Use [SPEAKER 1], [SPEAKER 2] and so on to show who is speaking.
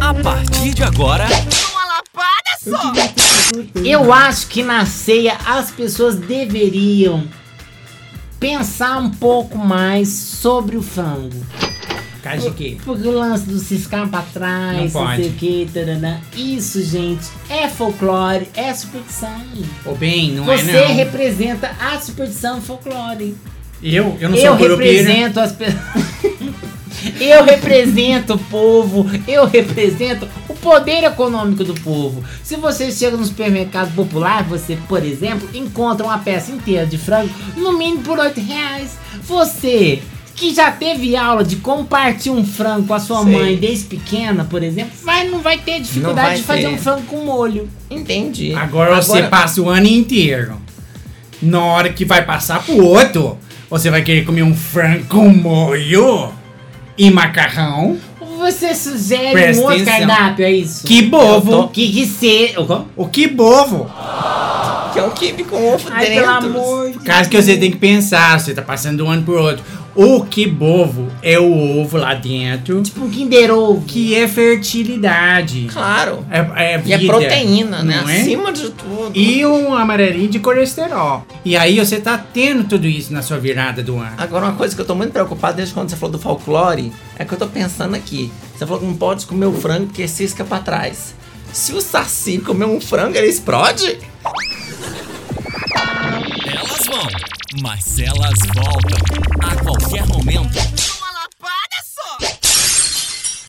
[SPEAKER 1] A partir de agora,
[SPEAKER 2] Eu acho que na ceia as pessoas deveriam pensar um pouco mais sobre o frango.
[SPEAKER 3] Caixa de quê?
[SPEAKER 2] Porque o lance do ciscar pra trás,
[SPEAKER 3] Não
[SPEAKER 2] não, sei
[SPEAKER 3] pode.
[SPEAKER 2] o que, taranã. Isso, gente, é folclore, é superstição.
[SPEAKER 3] Ô, bem, não
[SPEAKER 2] Você
[SPEAKER 3] é não.
[SPEAKER 2] representa a superstição e folclore.
[SPEAKER 3] Eu? Eu não sou né?
[SPEAKER 2] Eu
[SPEAKER 3] curupira.
[SPEAKER 2] represento as pessoas. Eu represento o povo, eu represento o poder econômico do povo. Se você chega no supermercado popular, você, por exemplo, encontra uma peça inteira de frango, no mínimo por 8 reais. Você que já teve aula de compartilhar um frango com a sua
[SPEAKER 4] Sei.
[SPEAKER 2] mãe desde pequena, por exemplo, vai, não vai ter dificuldade
[SPEAKER 4] vai
[SPEAKER 2] de fazer
[SPEAKER 4] ter.
[SPEAKER 2] um frango com molho.
[SPEAKER 4] Entendi.
[SPEAKER 3] Agora, você passa o ano inteiro. Na hora que vai passar pro outro, você vai querer comer um frango com molho e macarrão.
[SPEAKER 2] Você sugere
[SPEAKER 3] Presta
[SPEAKER 2] um outro
[SPEAKER 3] atenção.
[SPEAKER 2] cardápio, é isso?
[SPEAKER 3] Que
[SPEAKER 2] O
[SPEAKER 3] bovo!
[SPEAKER 2] que que ser.
[SPEAKER 3] O que bovo!
[SPEAKER 4] Que é um kibe com ovo
[SPEAKER 2] Ai, pelo
[SPEAKER 4] dentro.
[SPEAKER 2] amor de
[SPEAKER 3] Caso que você tem que pensar, você tá passando de um ano pro outro. O que bovo é o ovo lá dentro,
[SPEAKER 2] Tipo um Kinder Ovo.
[SPEAKER 3] que é fertilidade.
[SPEAKER 4] Claro.
[SPEAKER 3] É, é
[SPEAKER 4] E é
[SPEAKER 3] vida,
[SPEAKER 4] proteína, né?
[SPEAKER 3] não é?
[SPEAKER 4] Acima de tudo.
[SPEAKER 3] E um amarelinho de colesterol. E aí você tá tendo tudo isso na sua virada do ano.
[SPEAKER 4] Agora, uma coisa que eu tô muito preocupada desde quando você falou do folclore é que eu tô pensando aqui. Você falou que não pode comer o frango porque cisca pra trás. Se o Saci comer um frango, ele explode?
[SPEAKER 1] elas vão, mas elas voltam a qualquer momento.